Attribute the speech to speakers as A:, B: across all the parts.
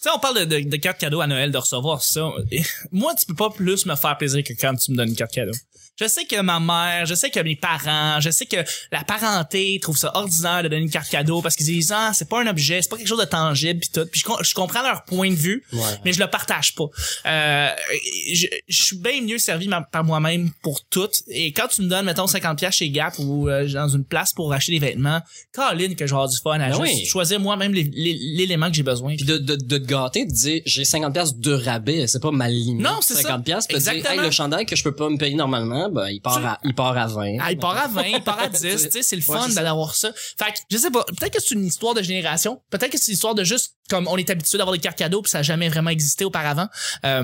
A: sais, on parle de, de, de cartes cadeaux à Noël, de recevoir ça. Et moi, tu peux pas plus me faire plaisir que quand tu me donnes une carte cadeau. Je sais que ma mère, je sais que mes parents, je sais que la parenté trouve ça ordinaire de donner une carte cadeau parce qu'ils disent ah c'est pas un objet, c'est pas quelque chose de tangible puis tout. Puis je, je, comprends leur point de vue, ouais. mais je le partage pas. Euh, je, je, suis bien mieux servi ma, par moi-même pour tout. Et quand tu me donnes mettons 50 pièces chez Gap ou euh, dans une place pour acheter des vêtements, Caroline que je vais avoir du fun à juste Ben oui. choisir moi-même l'élément que j'ai besoin.
B: Puis de, de, de, te gâter, de dire j'ai 50 pièces de rabais, c'est pas ma limite.
A: Non, c'est
B: 50
A: pièces,
B: dire hey, le chandail que je peux pas me payer normalement ben, il part, à, il part à 20.
A: Ah, il part à 20, il part à 10. tu sais, c'est le fun ouais, d'avoir ça. Fait que, je sais pas, peut-être que c'est une histoire de génération. Peut-être que c'est une histoire de juste, comme on est habitué d'avoir des cartes cadeaux puis ça n'a jamais vraiment existé auparavant. Euh,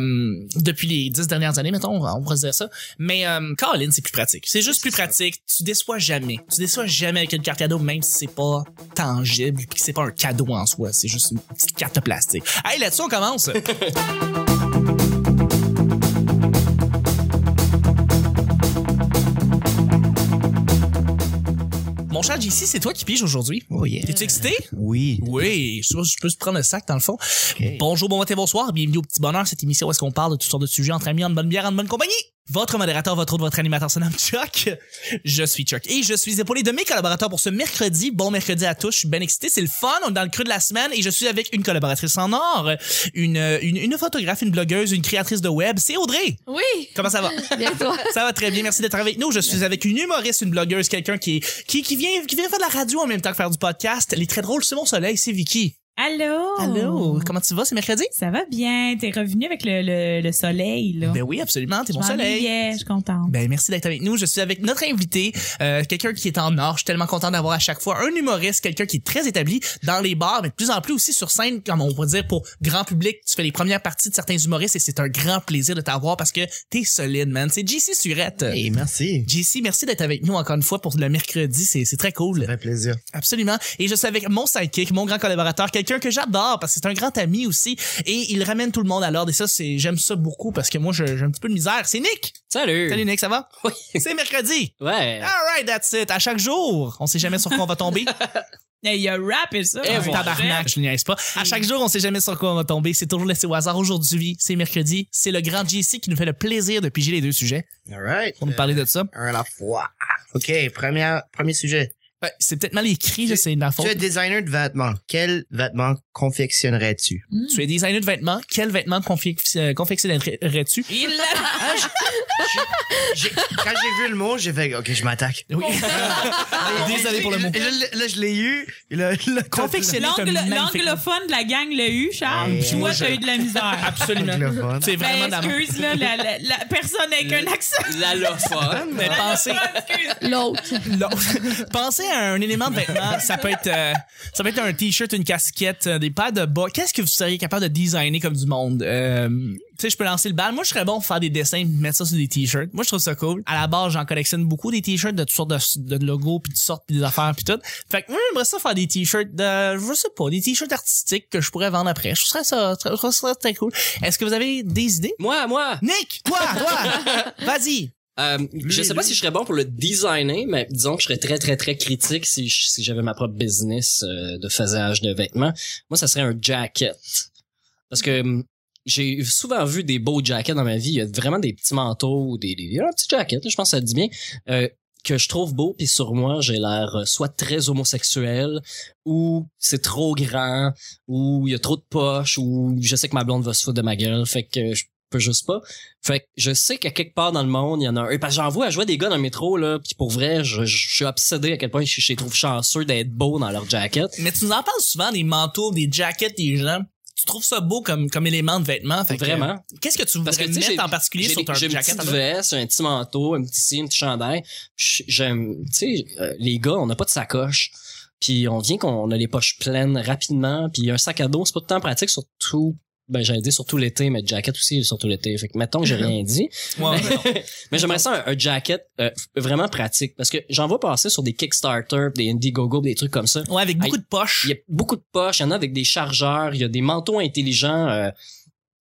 A: depuis les 10 dernières années, mettons, on va, on va dire ça. Mais, euh, Colin, c'est plus pratique. C'est juste plus ça. pratique. Tu déçois jamais. Tu déçois jamais avec une carte cadeau, même si c'est pas tangible puis que c'est pas un cadeau en soi. C'est juste une petite carte plastique. Hey, là-dessus, on commence. Mon cher JC, c'est toi qui pige aujourd'hui.
C: Oh yeah.
A: T'es-tu excité?
C: Oui.
A: Oui. Je, je peux prendre le sac dans le fond. Okay. Bonjour, bon matin, bonsoir. Bienvenue au Petit Bonheur, cette émission où est-ce qu'on parle de toutes sortes de sujets entre amis, en bonne bière, en bonne compagnie. Votre modérateur, votre autre, votre animateur se nomme Chuck. Je suis Chuck. Et je suis épaulé de mes collaborateurs pour ce mercredi. Bon mercredi à tous. Je suis bien excité. C'est le fun. On est dans le creux de la semaine et je suis avec une collaboratrice en or, une, une, une photographe, une blogueuse, une créatrice de web. C'est Audrey.
D: Oui.
A: Comment ça va?
D: Bien, toi.
A: Ça va très bien. Merci d'être avec nous. Je suis avec une humoriste, une blogueuse, quelqu'un qui, qui, qui vient, qui vient faire de la radio en même temps que faire du podcast. Les très drôles, c'est mon soleil. C'est Vicky.
E: Allô?
A: Allô? Comment tu vas? C'est mercredi?
E: Ça va bien. T'es revenu avec le, le, le, soleil, là.
A: Ben oui, absolument. T'es mon soleil.
E: Bien, je suis contente.
A: Ben merci d'être avec nous. Je suis avec notre invité, euh, quelqu'un qui est en or. Je suis tellement content d'avoir à chaque fois un humoriste, quelqu'un qui est très établi dans les bars, mais de plus en plus aussi sur scène, comme on va dire, pour grand public. Tu fais les premières parties de certains humoristes et c'est un grand plaisir de t'avoir parce que t'es solide, man. C'est JC Surette.
C: Hey, merci.
A: JC, merci d'être avec nous encore une fois pour le mercredi. C'est, c'est très cool.
C: Ça fait plaisir.
A: Absolument. Et je suis avec mon sidekick, mon grand collaborateur, quelqu'un que j'adore parce que c'est un grand ami aussi et il ramène tout le monde à l'ordre et ça c'est j'aime ça beaucoup parce que moi j'ai un petit peu de misère. C'est Nick.
B: Salut.
A: Salut Nick, ça va
B: Oui.
A: C'est mercredi.
B: Ouais.
A: All right, that's it. À chaque jour, on sait jamais sur quoi on va tomber.
E: Il y a rap et ça. Ah,
A: Et ouais. tabarnak, je niaise pas. À chaque jour, on sait jamais sur quoi on va tomber. C'est toujours laissé au hasard. Aujourd'hui, c'est mercredi. C'est le grand JC qui nous fait le plaisir de piger les deux sujets.
C: All right.
A: Pour nous parler de ça.
C: Un à la fois. OK, première, premier sujet
A: Ben, c'est peut-être mal écrit, là, c'est de ma faute.
C: Tu es designer de vêtements. Quel vêtement confectionnerais-tu?
A: Mmh. Tu es designer de vêtements. Quel vêtement euh, confectionnerais-tu?
E: Il
C: ah, j ai, j ai, Quand j'ai vu le mot, j'ai fait, OK, je m'attaque.
A: Oui. Désolé pour le mot.
C: Je, là, je l'ai eu.
E: L'anglophone de la gang l'a eu, Charles. Hey, Puis moi, t'as je... eu de la misère.
A: Absolument. Eh, C'est vraiment Euh.
E: ben, excuse, là, la, la, la, personne avec un accent.
B: L'allophone.
A: Mais pensez.
D: L'autre.
A: L'autre. Pensez un élément de vêtement, ça peut être euh, ça peut être un t-shirt, une casquette, euh, des paires de bas. Qu'est-ce que vous seriez capable de designer comme du monde euh, Tu sais, je peux lancer le bal. Moi, je serais bon pour faire des dessins, mettre ça sur des t-shirts. Moi, je trouve ça cool. À la base, j'en collectionne beaucoup des t-shirts de toutes sortes de, de logos, puis de sortes, puis des affaires, puis tout. Fait que moi, j'aimerais ça faire des t-shirts de, je sais pas, des t-shirts artistiques que je pourrais vendre après. Je trouverais ça, je trouverais ça très cool. Est-ce que vous avez des idées
B: Moi, moi.
A: Nick, toi, toi. Vas-y.
B: Euh, lui, je sais pas lui. si je serais bon pour le designer, mais disons que je serais très très très critique si je, si j'avais ma propre business euh, de faisage de vêtements. Moi, ça serait un jacket parce que hum, j'ai souvent vu des beaux jackets dans ma vie. Il y a vraiment des petits manteaux, des, des un petit jacket. Là, je pense que ça dit bien. Euh, que je trouve beau puis sur moi j'ai l'air euh, soit très homosexuel ou c'est trop grand ou il y a trop de poches ou je sais que ma blonde va se foutre de ma gueule fait que je juste pas. Fait que je sais qu'à quelque part dans le monde, il y en a un. Parce que j'en vois à jouer des gars dans le métro, là, puis pour vrai, je, je, je, suis obsédé à quel point je, je les trouve chanceux d'être beaux dans leur jacket.
A: Mais tu nous en parles souvent des manteaux, des jackets des gens. Tu trouves ça beau comme, comme élément de vêtement. Fait
B: Vraiment.
A: Qu'est-ce que tu voudrais Parce que, mettre en particulier sur ton
B: jacket? J'ai une petite veste, un petit manteau, un petit un petit chandail. J'aime, tu sais, euh, les gars, on n'a pas de sacoche puis on vient qu'on a les poches pleines rapidement, puis un sac à dos, c'est pas tout le temps pratique, surtout ben j'allais dire surtout l'été mais jacket aussi surtout l'été fait que mettons que j'ai rien dit
A: ouais,
B: mais, mais j'aimerais ça un, un jacket euh, vraiment pratique parce que j'en vois passer sur des Kickstarter des Indiegogo des trucs comme ça
A: ouais avec beaucoup ah, de poches
B: il y a beaucoup de poches il y en a avec des chargeurs il y a des manteaux intelligents euh,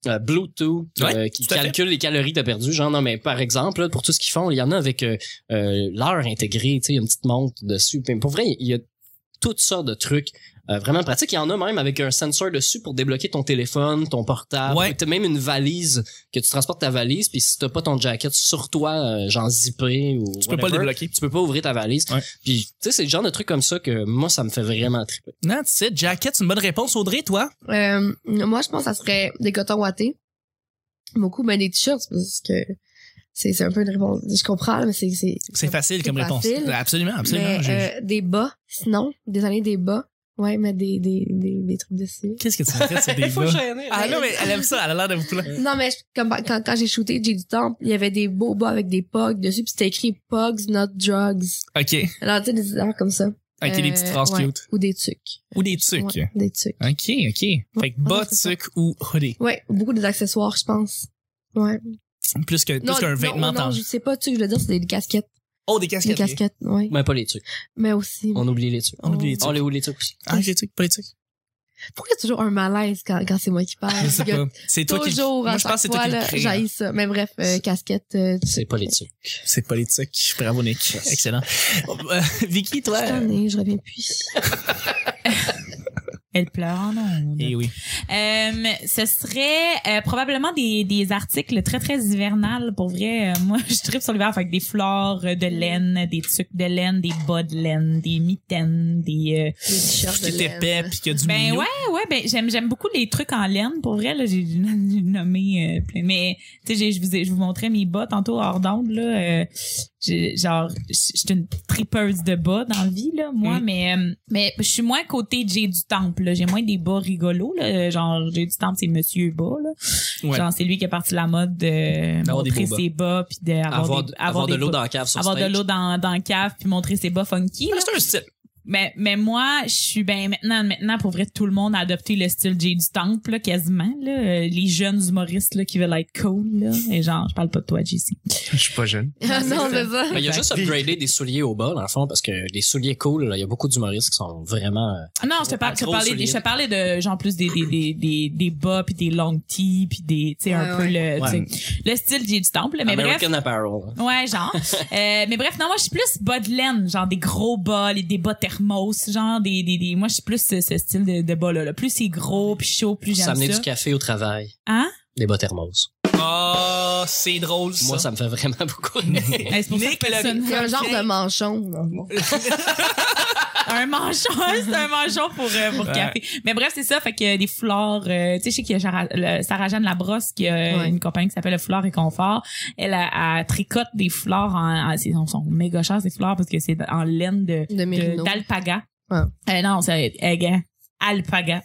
B: euh, Bluetooth ouais, qui calcule les calories que t'as perdu genre non mais par exemple là, pour tout ce qu'ils font il y en a avec euh, l'heure intégrée tu sais une petite montre dessus mais pour vrai il y a toutes sortes de trucs euh, vraiment pratique. Il y en a même avec un sensor dessus pour débloquer ton téléphone, ton portable.
A: Ouais.
B: T'as même une valise que tu transportes ta valise, puis si t'as pas ton jacket sur toi, euh, genre zippé ou
A: Tu peux pas le débloquer.
B: Tu peux pas ouvrir ta valise.
A: Ouais.
B: Puis, tu sais, c'est le genre de truc comme ça que moi, ça me fait vraiment triper.
A: Non, tu sais, jacket, c'est une bonne réponse, Audrey, toi.
D: Euh, moi, je pense que ça serait des cotons ouatés. Beaucoup, ben, des t-shirts, parce que c'est c'est un peu une réponse. Je comprends, là, mais c'est. C'est
A: C'est facile
D: c'est
A: comme réponse.
D: facile.
A: Absolument, absolument.
D: Mais,
A: J'ai-
D: euh, des bas, sinon, désolé, des bas. Ouais, mais des, des, des, des trucs de style.
A: Qu'est-ce que tu me fais, c'est des gars?
B: gêner.
A: Ah non, mais elle aime ça, elle a l'air de vous plaire.
D: Non, mais je- comme par- quand, quand j'ai shooté J'ai du Temple, il y avait des beaux bas avec des pogs dessus, puis c'était écrit Pogs, not drugs.
A: OK.
D: Alors, tu sais, des erreurs comme ça.
A: OK, des petites
D: Euh,
A: phrases
D: ouais.
A: cute.
D: Ou des tucs.
A: Ou des trucs.
D: Ouais, des tucs.
A: OK, OK. Fait que bas,
D: Ouais, c'est ça.
A: tuc ou hoodie.
D: Ouais, beaucoup des accessoires, je pense. Ouais.
A: Plus que- plus
D: Non,
A: qu'un
D: non,
A: vêtement
D: non,
A: tendu.
D: je sais pas, tu sais, je veux dire, c'est des casquettes.
A: Oh, des casquettes.
D: Des casquettes, ouais.
B: Mais pas les trucs.
D: Mais aussi.
B: On oublie les trucs.
A: On oublie les
B: On
A: trucs.
B: les oublie les trucs aussi.
A: Ah, des trucs, pas des trucs.
D: Pourquoi il y a toujours un malaise quand, quand c'est moi qui parle?
A: Je sais
D: Il y a
A: pas. C'est toi qui le-
D: Toujours,
A: Moi,
D: à
A: je pense que c'est
D: chaque
A: toi
D: fois,
A: qui le
D: là,
A: crée. hein.
D: j'haïs ça. Mais bref, euh, casquette, euh,
B: C'est pas les trucs.
A: C'est politique. Bravo, Nick.
B: Yes.
A: Excellent. Euh, Vicky, toi.
D: cette année, je reviens plus.
E: Elle pleure en ondes.
A: Eh oui.
E: Euh, ce serait euh, probablement des, des articles très très hivernales pour vrai. Euh, moi, je tripe sur l'hiver avec des fleurs euh, de laine, des trucs de laine, des bas de laine, des mitaines, des
D: Des t-shirts de
A: Qui
D: laine.
A: t'épais pis que
E: euh,
A: du
E: ben
A: mignot.
E: ouais ouais ben j'aime j'aime beaucoup les trucs en laine pour vrai là j'ai j'ai nommé euh, plein mais tu sais j'ai- je vous ai- je vous montrais mes bas tantôt hors d'onde là euh, j'ai- genre je je suis une tripeuse de bas dans la vie là moi
A: Mm.
E: mais euh, mais je suis moins côté j'ai du temple là. j'ai moins des bas rigolos là euh, genre j'ai du temple c'est monsieur bas là
A: Ouais.
E: Genre, c'est lui qui a parti la mode de
A: D'avoir des
E: montrer
A: beaux bas.
E: ses bas, puis d'avoir
B: Avoir,
E: des-
B: avoir
E: des
B: de l'eau
E: bas-
B: dans la cave sur
E: avoir de
B: stage.
E: l'eau dans, dans le cave, puis montrer ses bas funky.
A: Ah,
E: là.
A: C'est un style.
E: Mais, mais moi, je suis ben maintenant, maintenant, pour vrai, tout le monde a adopté le style Jay du Temple, là, quasiment. Là. Euh, Les jeunes humoristes là, qui veulent être cool. Là. Et genre, je parle pas de toi, JC.
C: Je suis pas jeune.
D: Ah non, mais ça.
B: Mais il y a
E: Exact.
B: juste upgradé des souliers au bas, dans le fond, parce que les souliers cool, là, il y a beaucoup d'humoristes qui sont vraiment... euh,
E: Ah Non, je te, parle, je, te
B: Accro
E: parlais,
B: solide.
E: je te parlais de genre plus des des des des, des bas puis des long tees puis des tu sais un
D: Ouais,
E: peu le tu sais,
A: Ouais.
E: le style Jay du temple mais bref
B: American Apparel. hein.
E: Ouais, genre. Euh, mais bref, non, moi, je suis plus bas de laine, genre des gros bas, les, des bas thermos, genre des, des, des- moi, je suis plus ce, ce style de, de bas-là, là. Plus c'est gros, puis chaud, plus j'aime ça.
B: S'amener du café au travail,
E: Hein?
B: des bas thermos.
A: Oh, c'est drôle, ça.
B: Moi, ça me fait vraiment beaucoup rire.
E: Ouais, c'est pour ça que
A: Nick, le-
E: personne-
D: C'est un genre de manchon.
E: un manchon, c'est un manchon pour, euh, pour
A: Ouais.
E: café. Mais bref, c'est ça, fait que des fleurs, euh, tu sais, je sais qu'il y a Jara- le- Sarah-Jeanne Labrosse, qui a
D: Ouais.
E: une compagnie qui s'appelle le Fleur et Confort. Elle, a, elle tricote des fleurs en, en- c'est- sont, sont méga chères, ces fleurs, parce que c'est en laine de,
D: De
A: Euh,
E: de-
D: Mérino.
E: d'alpaga.
D: Ouais.
E: Euh, non, c'est euh, gars, alpaga.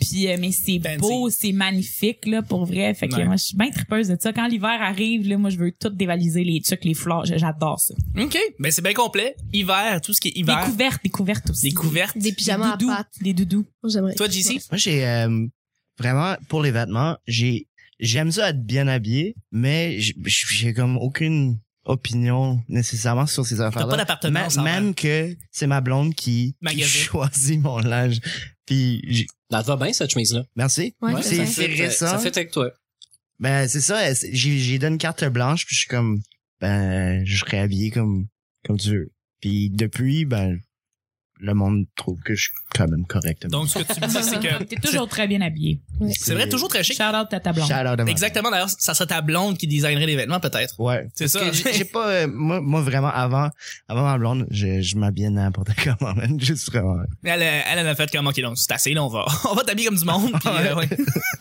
E: Puis euh, mais c'est
A: Ben,
E: beau, c'est magnifique là pour vrai. Fait que
A: Ouais.
E: moi je suis bien tripeuse de ça. Quand l'hiver arrive là, moi je veux tout dévaliser les trucs, les fleurs, j- j'adore ça.
A: OK. Ben, c'est bien complet. Hiver, tout ce qui est
E: Des
A: hiver.
E: couvertes, des couvertes aussi.
A: Des couvertes.
D: Des pyjamas à
E: doudous,
D: pattes.
E: Des doudous.
D: J'aimerais.
A: Toi, JC?
C: Moi, j'ai euh, vraiment, pour les vêtements, j'ai j'aime ça être bien habillé, mais j- j- j'ai comme aucune opinion nécessairement sur ces affaires-là.
A: pas hein? d'appartenance
C: Ma-
A: en
C: Même que c'est ma blonde qui, qui
A: Magasin.
C: choisit mon linge. Puis, j-
B: Elle te va bien, cette chemise-là.
C: merci.
D: Ouais,
B: Ouais,
D: c'est ça.
C: c'est c'est
B: fait-
C: récent.
B: Ça fait avec toi.
C: Ben, c'est ça. elle- c'est- J'ai j'ai donné une carte blanche, puis je suis comme, ben, je serais habillé comme, comme tu veux. Puis depuis, ben, le monde trouve que je suis quand même correct.
A: Donc, ce que tu me dis, c'est que.
E: T'es toujours très bien habillée.
A: C'est vrai, toujours très chic.
E: Shout out à ta blonde.
C: Shout-out à ma-
A: Exactement. D'ailleurs, ça serait ta blonde qui designerait les vêtements, peut-être.
C: Ouais.
A: C'est ça.
C: Que j'ai j'ai pas, euh, moi, moi, vraiment, avant, avant ma blonde, je, je m'habillais n'importe comment, man. Juste vraiment.
A: Elle, euh, elle, elle a fait comme, OK, donc, c'est assez, là, on va, on va t'habiller comme du monde. Puis, euh, ouais.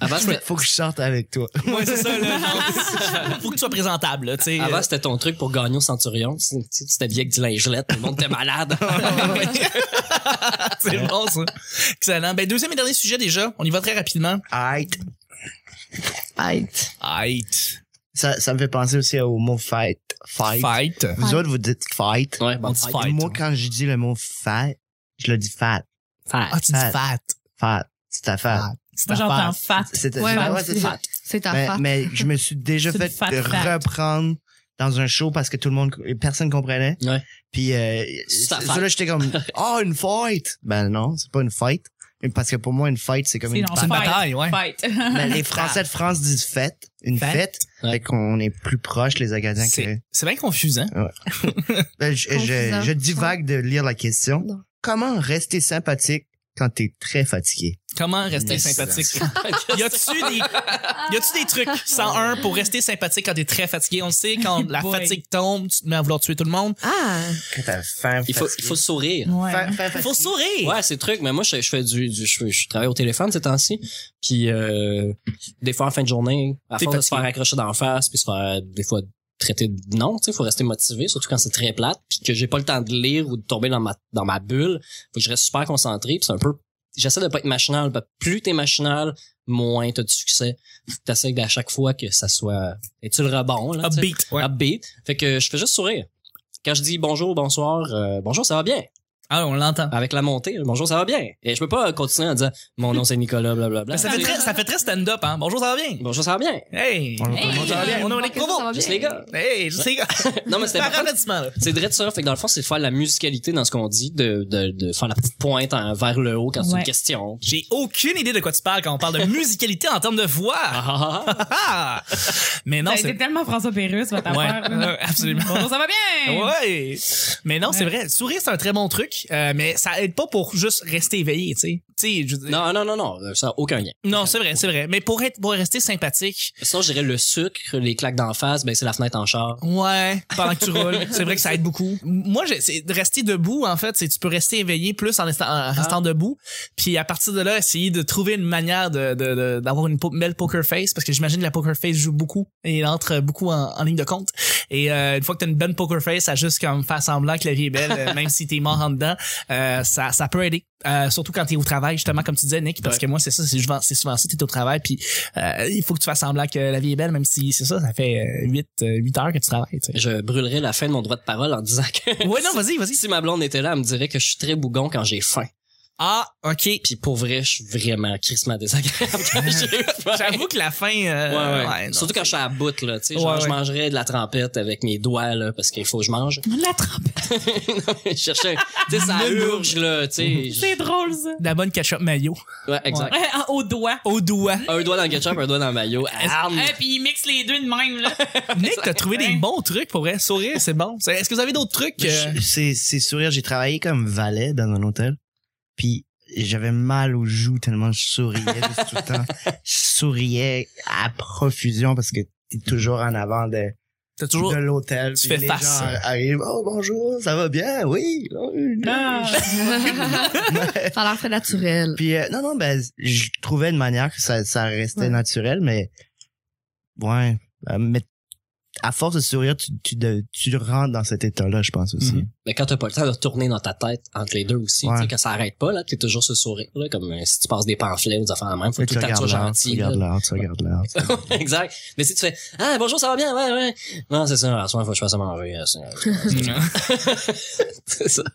B: Avant, c'était-
C: Faut que je sorte avec toi.
A: Ouais, c'est ça, là. genre, Faut que tu sois présentable, là, tu sais.
B: Avant, c'était ton truc pour gagner au centurion. Tu tu- tu t'habillais avec du lingelette. Tout le monde était malade.
A: C'est bon, ça. Excellent. Ben, deuxième et dernier sujet, déjà. On y va très rapidement.
C: Aight.
D: Aïe.
A: Fight.
C: Ça, ça me fait penser aussi au mot fight. Fight.
A: Fight.
C: Vous autres, vous dites fight.
B: ouais, bon,
A: On dit
B: fight.
A: fight.
C: Moi, quand je dis le mot fat, je le dis fat.
B: Fight.
A: Ah, tu dis
C: Fat.
A: fat.
C: Fat. C'est ta fat.
A: C'est
E: Moi
A: ta
E: j'entends
A: fat.
E: fat.
C: C'était
D: Ouais,
C: ah
D: ouais,
C: ouais, c'est
D: c'est-
C: ça.
D: C'est ta
B: Ben,
C: Mais,
D: femme.
C: mais je me suis déjà
E: C'est
C: fait
E: une fat fact.
C: reprendre dans un show parce que tout le monde, personne comprenait.
B: Ouais.
C: Puis euh,
B: C'est ta
C: ça,
B: fat.
C: ça, là, j'étais comme, oh, une fight. Ben non, c'est pas une fight. Parce que pour moi, une fight, c'est comme
E: C'est
C: une
E: dans
A: C'est
C: batte.
A: une
E: Fight.
A: bataille, ouais.
E: Fight.
C: Mais les Français de France disent fête, une
A: Fête.
C: fête.
B: Ouais.
C: Fait qu'on est plus proche, les Acadiens, que...
A: C'est c'est bien confusant.
C: Ben, je, je,
D: Confusant.
C: je divague de lire la question.
D: Non.
C: Comment rester sympathique quand t'es très fatigué.
A: Comment rester
C: Mais
A: sympathique? y a-tu des, y a-tu des trucs 101 pour rester sympathique quand t'es très fatigué? On le sait, quand la
E: Boy.
A: fatigue tombe, tu te mets à vouloir tuer tout le monde.
D: Ah!
C: Quand t'as faim,
B: Il faut, il faut sourire.
E: Ouais.
A: Faut sourire!
B: Ouais, c'est le truc. Mais moi, je, je fais du, du je, je travaille au téléphone ces temps-ci. Puis euh, des fois en fin de journée, à
A: T'es
B: force de se
A: fatigué.
B: faire accrocher d'en face, puis se faire des fois traiter de non, tu sais, faut rester motivé, surtout quand c'est très plate, puis que j'ai pas le temps de lire ou de tomber dans ma dans ma bulle. Faut que je reste super concentré. Puis c'est un peu, j'essaie de pas être machinal. parce que Plus t'es machinal, moins t'as de succès. T'essaies d'à chaque fois que ça soit, et tu le rebond là. tu sais
A: Upbeat. Ouais.
B: upbeat. Fait que je fais juste sourire. Quand je dis bonjour, bonsoir, euh, bonjour, ça va bien.
A: Ah, on l'entend.
B: Avec la montée, bonjour, ça va bien. Et je peux pas continuer en disant mon nom c'est Nicolas, blablabla.
A: Ça fait très, ça fait très stand-up, hein. Bonjour, ça va bien?
B: Bonjour, ça va bien.
A: Hey!
C: On l'entend.
A: Bonjour, ça va bien? On a les
D: Bonjour, ça va
A: promos!
D: bien.
B: Juste les gars.
A: Hey, je sais, gars.
B: Non, mais c'était
A: Par
B: important.
A: arrondissement, là.
B: C'est direct ça. Fait que dans le fond, c'est de faire la musicalité dans ce qu'on dit, de, de, de faire la petite pointe en- vers le haut quand c'est
E: Ouais.
B: une question.
A: J'ai aucune idée de quoi tu parles quand on parle de musicalité en termes de voix.
B: Ah, ah, ah.
A: Ah! Mais non,
E: Ça a
A: c'est
E: été tellement François Pérus, votre
A: Ouais,
E: affaire. là.
A: euh, absolument.
E: Bonjour, ça va bien!
A: Ouais. Mais non, c'est
E: Ouais.
A: vrai. Sourire, c'est un très bon truc, euh, mais ça aide pas pour juste rester éveillé, tu sais. Tu sais. je veux dire-
B: non, non, non, non, euh, ça n'a aucun lien.
A: Non, c'est vrai, c'est vrai. Mais pour être, pour rester sympathique,
B: Sinon, je dirais le sucre, les claques d'en face, ben c'est la fenêtre en char.
A: ouais, pendant que tu roules, c'est vrai que ça aide beaucoup. Moi, j'ai- c'est de rester debout, en fait, c'est tu peux rester éveillé plus en restant, en restant debout. Puis à partir de là, essayer de trouver une manière de, de- de- d'avoir une po- belle poker face, parce que j'imagine que la poker face joue beaucoup et elle entre euh, beaucoup en, en ligne de compte. Et euh, une fois que t'as une bonne poker face, à juste comme faire semblant que la vie est belle, euh, même si t'es mort en dedans, euh, ça, ça peut aider. Euh, surtout quand t'es au travail, justement, comme tu disais, Nick, parce
B: Ouais.
A: que moi, c'est ça, c'est souvent, c'est souvent ça, t'es au travail, puis euh, il faut que tu fasses semblant que la vie est belle, même si c'est ça, ça fait euh, 8, heures que tu travailles. tu sais.
B: Je brûlerais la fin de mon droit de parole en disant que
A: Ouais, non, vas-y, vas-y.
B: si ma blonde était là, elle me dirait que je suis très bougon quand j'ai faim.
A: Ah, ok.
B: Puis pour vrai, je suis vraiment crissement désagréable quand j'ai faim.
A: J'avoue que la fin... euh,
B: Ouais, ouais.
A: ouais, non.
B: Surtout quand je suis à bout, là, tu sais, genre,
A: Ouais,
B: je
A: ouais.
B: mangerais de la trempette avec mes doigts, là, parce qu'il faut que je mange.
E: On l'a trempé.
B: je cherchais, un- tu sais, ça
A: Le
B: urge, là, tu sais. je-
E: C'est drôle, ça.
A: De la bonne ketchup mayo.
B: Ouais, exact.
E: Ouais, en- au doigt.
A: Au doigt.
B: Un doigt dans le ketchup, un doigt dans le maillot. Arme.
E: Et puis il mixe les deux de même, là.
A: Nick, t'as trouvé des bons trucs pour vrai. Sourire, c'est bon. C'est- Est-ce que vous avez d'autres trucs? euh,
C: Je- C'est, c'est sourire. J'ai travaillé comme valet dans un hôtel. Puis j'avais mal aux joues tellement je souriais de tout le temps. Je souriais à profusion parce que t'es toujours en avant de,
A: T'as toujours...
C: de l'hôtel.
A: tu
C: Puis
A: fais
C: les
A: face.
C: gens arrivent. Oh bonjour, ça va bien? Oui.
A: Ah.
D: ça a l'air très naturel.
C: Puis euh, non, non, ben je trouvais une manière que ça, ça restait
D: Ouais.
C: naturel, mais ouais. euh, mais à force de sourire, tu, tu, de- tu rentres dans cet état-là, je pense aussi.
A: Mhm.
B: Mais quand t'as pas le temps de tourner dans ta tête entre les deux aussi,
C: Ouais.
B: tu sais, quand ça arrête pas, là, t'es toujours ce sourire, là, comme euh, si tu passes des pamphlets ou des affaires en même, faut
C: Mais
B: tout le temps que tu sois
C: l'art,
B: gentil.
C: tu
B: là.
C: regardes l'art, tu regardes l'art.
B: exact. Mais si tu fais, ah, bonjour, ça va bien, ouais, ouais. Non, c'est ça, à soir, faut que je fasse à manger. euh, c'est- C'est ça.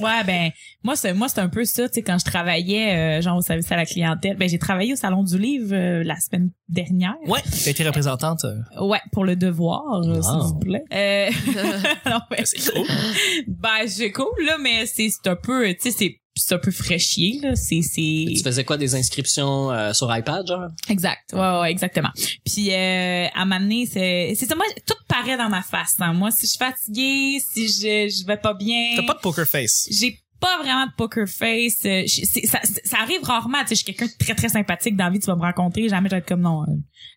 E: Ouais, ben, moi, c'est, moi, c'est un peu ça, tu sais, quand je travaillais, euh, genre, au service à la clientèle, ben, j'ai travaillé au Salon du Livre euh, la semaine dernière.
A: ouais, t'as été représentante. euh,
E: Ouais, pour le devoir, euh,
B: Wow.
E: s'il vous plaît. Euh, non, ben, c'est cool. Ben, c'est cool, là, mais c'est, c'est un peu, tu sais, c'est, c'est un peu fraîchier, là. C'est, c'est...
B: Tu faisais quoi, des inscriptions euh, sur iPad, genre?
E: Exact, ouais, ouais, exactement. Puis euh, à m'amener, c'est c'est ça. Moi, tout paraît dans ma face. hein. Moi, si je suis fatiguée, si je je vais pas bien,
A: T'as pas de poker face.
E: j'ai pas vraiment de poker face. Euh, je- c'est- ça, c'est- ça arrive rarement. Tu sais, je suis quelqu'un de très très sympathique dans la vie. Tu vas me rencontrer, jamais je vais être comme non, euh,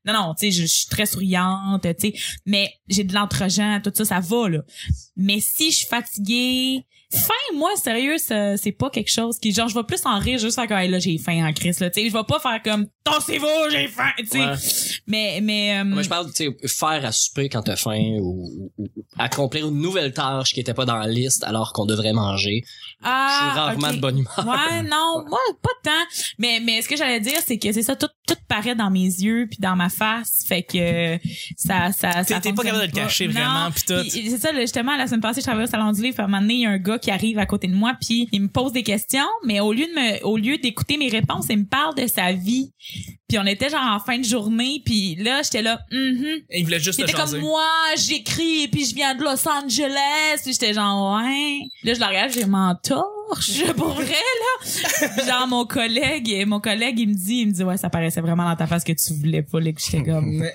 E: non, non. Tu sais, je, je suis très souriante. Tu sais, mais j'ai de l'entre-gens, tout ça, ça va là. Mais si je suis fatiguée, faim, moi, sérieux, ça- c'est pas quelque chose qui genre je vais plus en rire juste faire comme Hey, là j'ai faim en crise là. Tu sais, je vais pas faire comme torsez-vous, j'ai faim. Tu sais,
B: Ouais.
E: mais mais euh,
B: Moi, je parle, tu sais, faire à souper quand t'as faim ou, ou- ou accomplir une nouvelle tâche qui était pas dans la liste alors qu'on devrait manger. je suis rarement
E: ah, ok.
B: de bonne humeur.
E: Ouais, non, moi, pas tant. Mais, mais ce que j'allais dire, c'est que c'est ça, tout, tout paraît dans mes yeux puis dans ma face. Fait que ça, ça,
A: T'es
E: ça.
A: t'es pas
E: fonctionne
A: capable de le cacher
E: Non.
A: vraiment, pis tout.
E: Puis, C'est ça, là, justement, la semaine passée, je travaillais au salon du livre. puis À un moment donné, il y a un gars qui arrive à côté de moi, puis il me pose des questions, mais au lieu de me, au lieu d'écouter mes réponses, il me parle de sa vie. Puis on était genre en fin de journée, puis là, j'étais là, Mhm.
A: Il voulait juste
E: Puis
A: te
E: t'es
A: jaser.
E: comme moi, j'écris et puis je viens de Los Angeles. Puis j'étais genre ouais. Là je la regarde, j'ai m'entorche pour vrai là. Puis genre mon collègue, mon collègue il me dit, il me dit ouais ça paraissait vraiment dans ta face que tu voulais pas là que j'étais comme.
A: Ouais,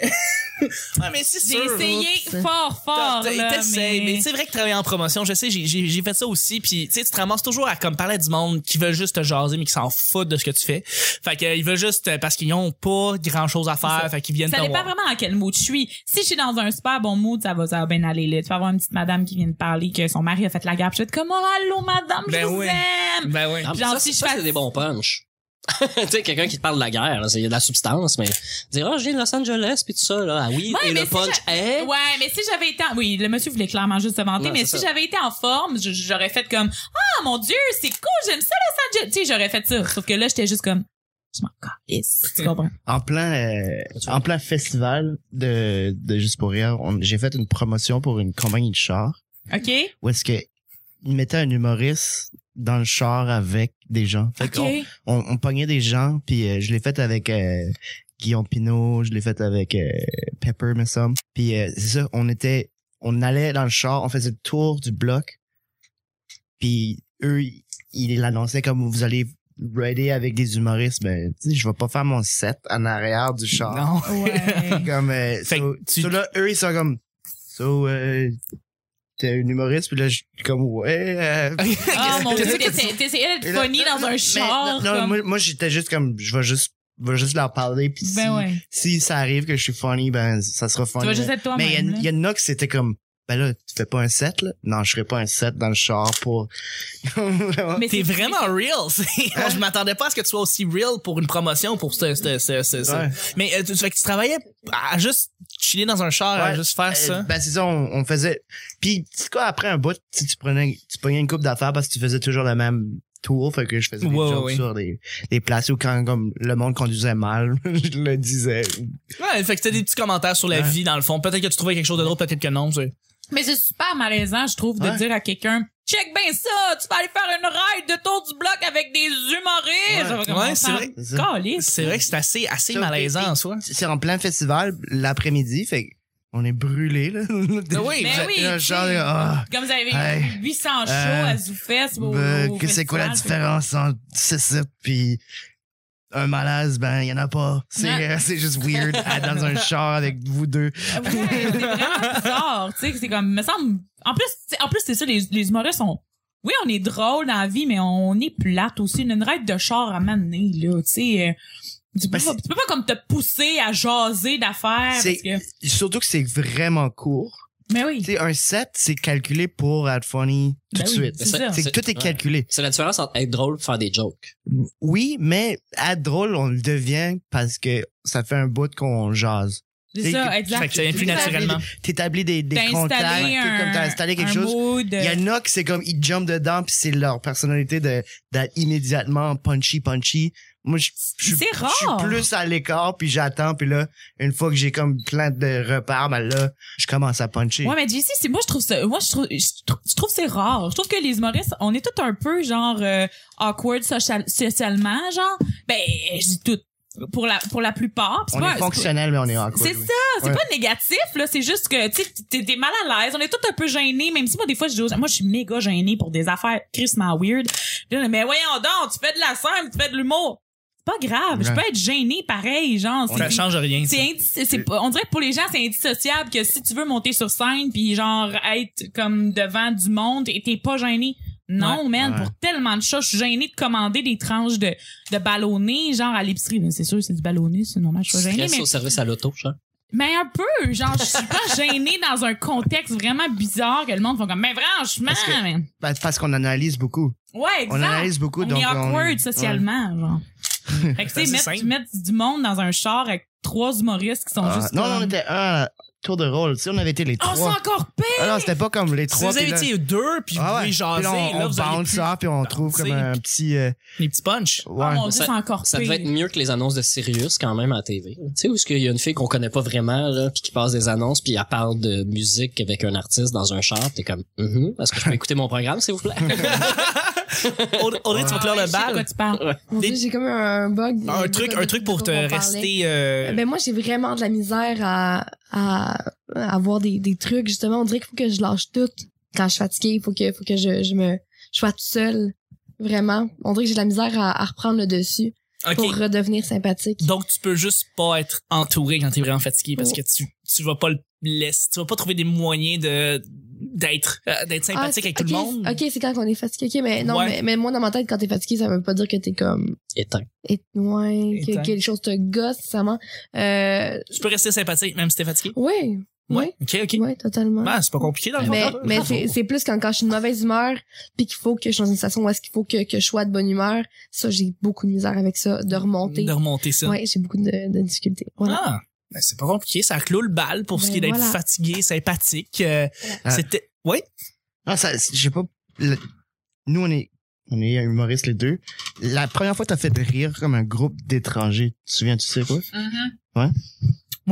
A: Ah, mais c'est
E: J'ai
A: sûr.
E: essayé
D: Oups.
E: fort, fort.
A: T'as-
E: là,
A: t'essayes, mais, c'est vrai que travailler en promotion, je sais, j'ai- j'ai j'ai fait ça aussi, puis tu sais, tu te ramasses toujours à comme parler à du monde qui veulent juste te jaser mais qui s'en foutent de ce que tu fais. Fait que euh, ils veulent juste euh, parce qu'ils ont pas grand chose à
E: C'est
A: faire,
E: ça.
A: fait qu'ils viennent
E: Ça
A: te
E: dépend
A: voir.
E: vraiment à quel mood je suis. Si je suis dans un super bon mood, ça va, ça va bien aller. Là. Tu vas avoir une petite madame qui vient de parler que son mari a fait la guerre. puis Je vais être comme, oh, allô, madame,
A: Ben
E: je vous
A: ouais.
E: aime.
A: Ben ouais.
B: Ah, mais
E: Genre,
B: ça,
E: si
B: c'est-
E: je
B: ça,
E: fasse-
B: c'est des bons punchs. tu sais, quelqu'un qui te parle de la guerre, là, c'est- il y a de la substance, mais dire, oh, je viens de Los Angeles, puis tout ça, là, ah oui,
E: Ouais,
B: et
E: mais
B: le
E: si
B: punch est...
E: Ouais, mais si j'avais été en... Oui, le monsieur voulait clairement juste se vanter,
B: Ouais,
E: mais
B: c'est
E: si
B: ça.
E: j'avais été en forme, je- j'aurais fait comme, ah, mon Dieu, c'est cool, j'aime ça, Los Angeles. Tu sais, j'aurais fait ça. Sauf que là, j'étais juste comme, je m'en calisse. Tu comprends?
C: En plein, euh, en plein festival de, de Juste pour rire, on- j'ai fait une promotion pour une compagnie de char
E: OK?
C: où est-ce que ils mettaient un humoriste dans le char avec des gens. Fait qu'on-
E: OK.
C: on, on pognait des gens, puis euh, je l'ai fait avec euh, Guillaume Pinault, je l'ai fait avec euh, Pepper, me semble. Puis euh, c'est ça, on était, on allait dans le char, on faisait le tour du bloc, puis eux, ils- ils l'annonçaient comme vous allez rider avec des humoristes, mais tu sais, je vais pas faire mon set en arrière du char.
A: Non.
E: Ouais.
C: Comme, euh,
A: Fait
C: so-
A: que tu-
C: so là, eux, ils sont comme, so, euh, t'es un humoriste, puis là, je suis comme, ouais, euh,
E: Ah, mon
A: Qu'est-ce
E: Dieu,
A: que-
E: t'essayais t'essayais
C: et
E: d'être
C: là-
E: funny
C: non,
E: dans
C: non,
E: un
C: mais-
E: char.
C: Non,
E: comme-
C: moi, moi, j'étais juste comme, je vais juste, je vais juste leur parler, puis si,
E: Ben ouais.
C: si ça arrive que je suis funny, ben, ça sera funny.
E: Tu vas juste être
C: mais il y,
E: toi-même.
C: a-
E: là.
C: il y en a qui c'était comme, ben là, tu fais pas un set, là? Non, je ferai pas un set dans le char pour...
A: T'es
E: Mais c'est-
A: vraiment real. c'est- Moi, je m'attendais pas à ce que tu sois aussi real pour une promotion pour ce, ce, ce, ce- ce-
C: Ouais.
A: Mais euh, tu, tu- fait que tu travaillais à juste chiller dans un char, à
C: Ouais.
A: juste faire
C: Euh,
A: ah, ça.
C: ben c'est ça, on, on faisait. Puis tu sais quoi, après un bout, tu sais, tu prenais, tu prenais une coupe d'affaires parce que tu faisais toujours le même tour, fait que je faisais des
A: Ouais,
C: jokes
A: ouais.
C: sur des, des places où quand comme le monde conduisait mal, je le disais.
A: Ouais, fait que t'as des petits commentaires sur la
C: Ouais.
A: vie dans le fond. Peut-être que tu trouvais quelque chose de drôle, peut-être que non. c'est-
E: Mais c'est super malaisant, je trouve, de
C: Ouais.
E: dire à quelqu'un Check ben ça, tu vas aller faire une ride de tour du bloc avec des humoristes.
C: Ouais.
E: Ça va comme,
A: Ouais,
E: on
A: c'est
E: s'en
A: vrai.
C: C'est ça.
E: calisse.
A: C'est vrai que c'est assez assez
C: Ça,
A: malaisant
C: puis-
A: en soi.
C: C'est en plein festival l'après-midi, fait qu'on est brûlé là.
A: oui,
E: Mais Ben oui,
C: Là,
E: tu sais.
C: genre, ah,
E: Comme vous avez
C: Hey.
E: 800 shows
C: Euh,
E: à Zoufest. au-
C: ben,
E: au
C: que c'est quoi la
E: festival.
C: différence entre c'est puis un malaise, ben y en a pas. C'est
E: Ouais.
C: euh, c'est juste weird être dans un char avec vous deux.
E: Ouais, c'est vraiment bizarre, tu sais, que c'est comme, me semble, en plus, tu sais, en plus, c'est ça, les, les humoristes sont, oui, on est drôle dans la vie, mais on est plate aussi. Une raide de char à m'amener, là, tu sais, euh, tu peux,
C: Ben,
E: pas, tu peux pas comme te pousser à jaser d'affaires, parce
C: C'est-
E: que,
C: Surtout que c'est vraiment court.
E: mais oui.
C: Tu sais, un set, c'est calculé pour être funny tout
E: Ben
C: de
E: oui,
C: suite.
E: c'est ça.
C: C'est que tout est
B: ouais.
C: calculé.
B: C'est la différence entre être drôle et faire des jokes.
C: Oui, mais être drôle, on le devient parce que ça fait un bout qu'on jase.
E: C'est ça, exact.
A: Fait que c'est plus
C: T'établis-
A: naturellement.
C: T'établis des, des
E: T'as
C: contacts,
E: installé
C: t'es
E: un-
C: comme t'as installé quelque
E: un
C: chose.
E: mood.
C: Il y en a qui c'est comme, ils jumpent dedans puis c'est leur personnalité de, d'être immédiatement punchy, punchy. Moi, je je-
E: C'est
C: je
E: rare.
C: suis plus à l'écart puis j'attends puis là, une fois que j'ai comme plein de repères, ben là, je commence à puncher.
E: Ouais, mais JC, c'est moi je trouve ça moi je trouve je trouve, je trouve c'est rare. Je trouve que les humoristes, on est tous un peu genre euh, awkward social, socialement genre ben je dis tout pour la pour la plupart, Puis c'est
C: on
E: pas-
C: est fonctionnel, mais on est awkward.
E: C'est
C: oui.
E: ça, c'est
C: Ouais.
E: pas négatif là, c'est juste que tu sais, t'es t'es mal à l'aise, on est tous un peu gênés même si moi des fois je dis aux gens, moi je suis méga gênée pour des affaires crissement weird. Là, mais voyons donc, tu fais de la scène, tu fais de l'humour. C'est pas grave, je
C: Ouais.
E: peux être gênée pareil, genre c'est-
A: Ça change rien. ça.
E: c'est indi- c'est pas- on dirait que pour les gens c'est indissociable que si tu veux monter sur scène puis genre être comme devant du monde et t'es pas gêné non man
C: Ouais.
E: pour tellement de choses je suis gênée de commander des tranches de de ballonné genre à l'épicerie mais c'est sûr c'est du ballonné c'est normal je suis pas gênée
B: Stress
E: mais
B: au service à l'auto, genre.
E: mais un peu genre je suis pas gênée dans un contexte vraiment bizarre que le monde font comme mais franchement
C: Parce que-
E: man.
C: Ben, Parce qu'on analyse beaucoup.
E: ouais exact
C: On analyse beaucoup,
E: on
C: donc
E: est awkward
C: on-
E: socialement genre fait que
A: C'est
E: tu sais
A: simple.
E: mettre, mettre du monde dans un char avec trois humoristes qui sont
C: Ah,
E: juste
C: non,
E: comme-
C: non, on était un à la tour de rôle. Si on avait été les
E: Oh, c'est
C: trois.
E: encore pire!
C: Ah non, c'était pas comme les
A: Si
C: trois.
A: vous avez
C: puis là-
A: été deux, puis vous
C: Ah ouais.
A: pouvez jaser,
C: Puis là, on,
A: là,
C: on
A: vous avez
C: bounce
A: plus
C: ça, puis on trouve
A: danser, Ah,
C: comme un
A: puis-
C: petit. euh,
A: les petits punchs.
C: ouais.
E: Oh mon dieu,
B: Ça-
E: c'est encore
B: Ça
E: pire.
B: devait être mieux que les annonces de Sirius quand même à la TV. Tu sais, où est-ce qu'il y a une fille qu'on connaît pas vraiment, là, puis qui passe des annonces, puis elle parle de musique avec un artiste dans un char, t'es comme, Mhm, est-ce que je peux écouter mon programme, s'il vous plaît?
A: Audrey, Audrey, tu vas
E: Ah,
A: clore
E: ouais,
A: le
E: je sais de quoi
A: bal.
E: tu parles.
D: Mon Dieu, j'ai comme un bug.
A: Un truc, un truc pour te
D: dont on parlait.
A: rester. euh,
D: Ben moi, j'ai vraiment de la misère à, à, à avoir des, des trucs. Justement, on dirait qu'il faut que je lâche tout quand je suis fatiguée. Il faut que, faut que je, je me je sois toute seule. Vraiment. On dirait que j'ai de la misère à, à reprendre le dessus.
A: OK.
D: pour redevenir sympathique.
A: Donc, tu peux juste pas être entouré quand t'es vraiment fatigué parce que tu, tu vas pas le laisser, tu vas pas trouver des moyens de, d'être, euh, d'être
D: Ah,
A: sympathique avec
D: ok,
A: tout le monde.
D: Ok, c'est quand on est fatigué. Ok, mais non,
A: Ouais.
D: mais, mais moi, dans ma tête, quand t'es fatigué, ça veut pas dire que t'es comme.
B: Éteint.
D: Et, ouais, que
A: Éteint.
D: quelque chose te gosse, ça ment. Euh,
A: Tu peux rester sympathique même si t'es fatigué.
D: ouais, ouais,
A: OK, OK.
D: ouais, totalement.
A: Ben, c'est pas compliqué dans le
D: mais
A: fond.
D: mais c'est, c'est plus quand, quand je suis de mauvaise humeur, puis qu'il faut que je suis dans une situation où est-ce qu'il faut que, que je sois de bonne humeur. Ça, j'ai beaucoup de misère avec ça, de remonter.
A: De remonter ça.
D: Ouais, j'ai beaucoup de, de difficultés. Voilà.
A: Ah, ben, c'est pas compliqué. Ça clôt le bal pour ce
D: Ben,
A: qui est d'être
D: voilà.
A: fatigué, sympathique. Euh,
C: Ah.
A: C'était. Oui?
C: Non, Ah, ça, je sais pas. le- nous, on est, on est humoristes les deux. La première fois, t'as fait rire comme un groupe d'étrangers. Tu te souviens, tu sais quoi?
E: Mm-hmm.
C: Ouais.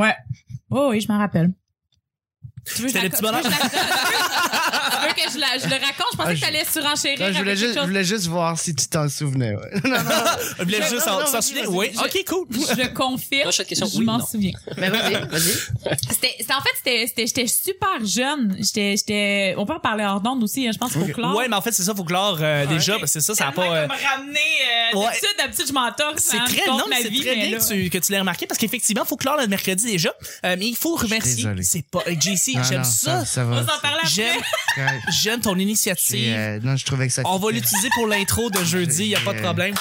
E: Ouais. Oh oui, je m'en rappelle. Tu veux, que je
A: C'était le
E: la-
A: petit bonheur.
E: tu veux que je la- tu veux que je, la- je le raconte? Je pensais
C: Ah,
E: que
C: je-
E: t'allais surenchérir
C: Là, je, voulais
E: avec
C: juste,
E: quelque
C: je
E: chose.
C: voulais juste voir si tu t'en souvenais. Ouais. Non, non,
A: Je voulais
C: Non,
A: juste
C: non,
A: en-
C: non,
A: s'en
C: vas-y,
A: souvenir.
C: vas-y.
A: Oui.
E: Je-
A: OK, cool.
E: Je confirme.
B: Prochaine question.
E: Je
B: Oui,
E: m'en
B: non.
E: souviens.
C: Mais vas-y, vas-y.
E: C'était, c'était- en fait, c'était, c'était, j'étais super jeune. J'étais, j'étais, on peut en parler hors d'onde aussi, hein, je pense, pour clore.
A: Ouais, mais en fait, c'est ça, faut clore
C: Ah,
A: euh, déjà, parce que ça, ça a pas. euh,
E: me ramener, euh,
A: Ouais.
E: d'habitude, d'habitude, je m'entorse.
A: C'est
E: hein,
A: très,
E: contre
A: non, mais
E: ma
A: c'est
E: vie,
A: très
E: mais
A: bien
E: là-
A: que tu, que tu l'aies remarqué parce qu'effectivement, il faut clore le mercredi déjà. Euh, mais il faut
C: suis
A: remercier.
C: désolé.
A: C'est pas. euh, JC,
C: Non,
A: j'aime
C: non,
A: ça.
C: Ça
E: On
C: va.
E: s'en parle après.
A: J'aime, j'aime ton
C: C'est,
A: initiative.
C: euh, non, je trouvais que ça.
A: On va
C: fitait.
A: l'utiliser pour l'intro de jeudi, y a pas de
C: Euh,
A: problème.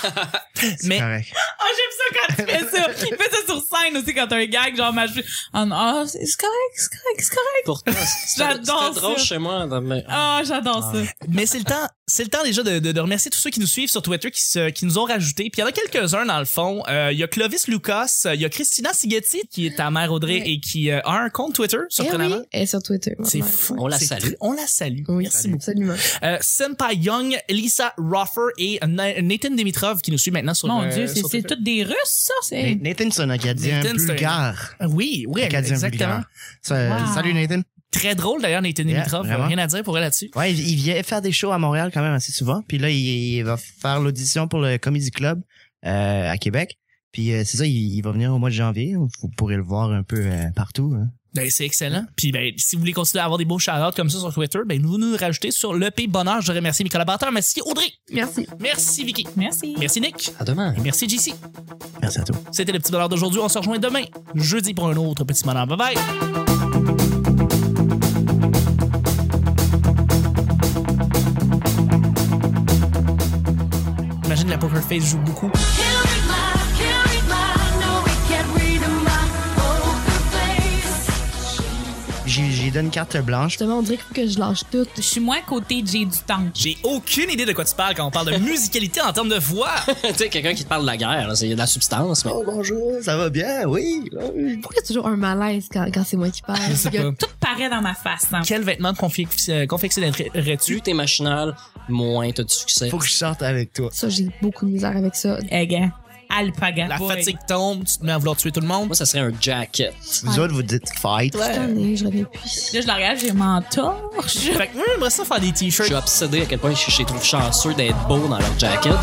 C: C'est
A: Mais
C: correct.
E: Oh, j'aime ça quand tu fais ça. Tu fais ça sur scène aussi quand t'as un gag, genre, ma Ah, non, ah, c'est c'est correct, c'est correct, c'est correct.
B: Pourtant, c'est-
E: J'adore
B: c'était drôle
E: ça.
B: chez moi. dans mes-
E: Ah, j'adore ça.
A: Mais c'est le temps, c'est le temps déjà de, de, de remercier tous ceux qui nous suivent sur Twitter, qui, se, qui nous ont rajouté. Puis il y en a quelques-uns dans le fond. Euh, Il y a Clovis Lucas, euh, il y a Christina Sighetti qui est ta mère Audrey
D: Ouais.
A: et qui euh, a un compte Twitter surprenamment.
D: Et Eh oui, et sur Twitter.
A: C'est
D: ouais,
A: fou.
D: ouais.
B: On la
A: C'est
B: salue.
A: tr- On la salue.
D: Oui,
A: Merci beaucoup.
D: Absolument.
A: Euh, Senpai Young, Lisa Roffer et Na- Nathan Dimitrov qui nous suit maintenant sur
E: Mon
A: euh,
E: Dieu, c'est,
A: sur
E: c'est
A: Twitter.
E: toutes des Russes, ça, c'est.
C: Nathan, c'est un Acadien
A: Nathan, c'est un-
C: bulgare.
A: Oui, oui,
C: Acadien
A: exactement.
C: bulgare. Ça-
E: Wow.
C: Salut, Nathan.
A: Très drôle d'ailleurs, Nathan
C: Yeah,
A: Dimitrov.
C: vraiment.
A: Rien à dire pour elle là-dessus.
C: Ouais, il, il vient faire des shows à Montréal quand même assez souvent. Puis là, il, il va faire l'audition pour le Comedy Club euh, à Québec. Puis euh, c'est ça, il, il va venir au mois de janvier. Vous pourrez le voir un peu euh, partout. hein.
A: Ben, c'est excellent. Puis, ben, si vous voulez continuer à avoir des beaux shout comme ça sur Twitter, ben, nous nous rajoutez sur le P Bonheur. Je remercie mes collaborateurs. Merci Audrey.
D: Merci.
A: Merci Vicky.
E: Merci.
A: Merci Nick.
B: À demain.
A: Et merci JC.
C: Merci à toi.
A: C'était le petit bonheur d'aujourd'hui. On se rejoint demain, jeudi, pour un autre petit bonheur. Bye bye. Imagine la poker face joue beaucoup.
C: J'ai j'ai donné une carte blanche.
D: Justement, on dirait qu'il faut que je lâche tout.
E: Je suis moins côté J'ai du temps.
A: J'ai aucune idée de quoi tu parles quand on parle de musicalité en termes de voix.
B: tu sais, quelqu'un qui te parle de la guerre, là, c'est- il y a de la substance. Mais...
C: Oh bonjour, ça va bien, oui.
D: Pourquoi il y a toujours un malaise quand, quand c'est moi qui parle?
A: sais
D: Il y
A: pas.
D: a-
E: Tout paraît dans ma face, hein.
A: Quel vêtement de confec- euh, confectionnerais-tu?
B: Plus t'es machinal, moins t'as de succès.
C: Faut que je sorte avec toi.
D: Ça, j'ai beaucoup de misère avec ça.
E: Eh, gars. Alpaga.
A: La
E: Boy.
A: fatigue tombe, tu te mets à vouloir tuer tout le monde.
B: Moi, ça serait un jacket.
C: Vous autres, vous dites fight.
D: Cette
A: Euh.
D: année, je reviens plus.
E: Là, je la regarde, j'ai m'entorche.
A: Fait que, hum, j'aimerais ça faire des
B: Je suis
A: t-shirts.
B: obsédé à quel point je je les trouve chanceux d'être beaux dans leur jacket.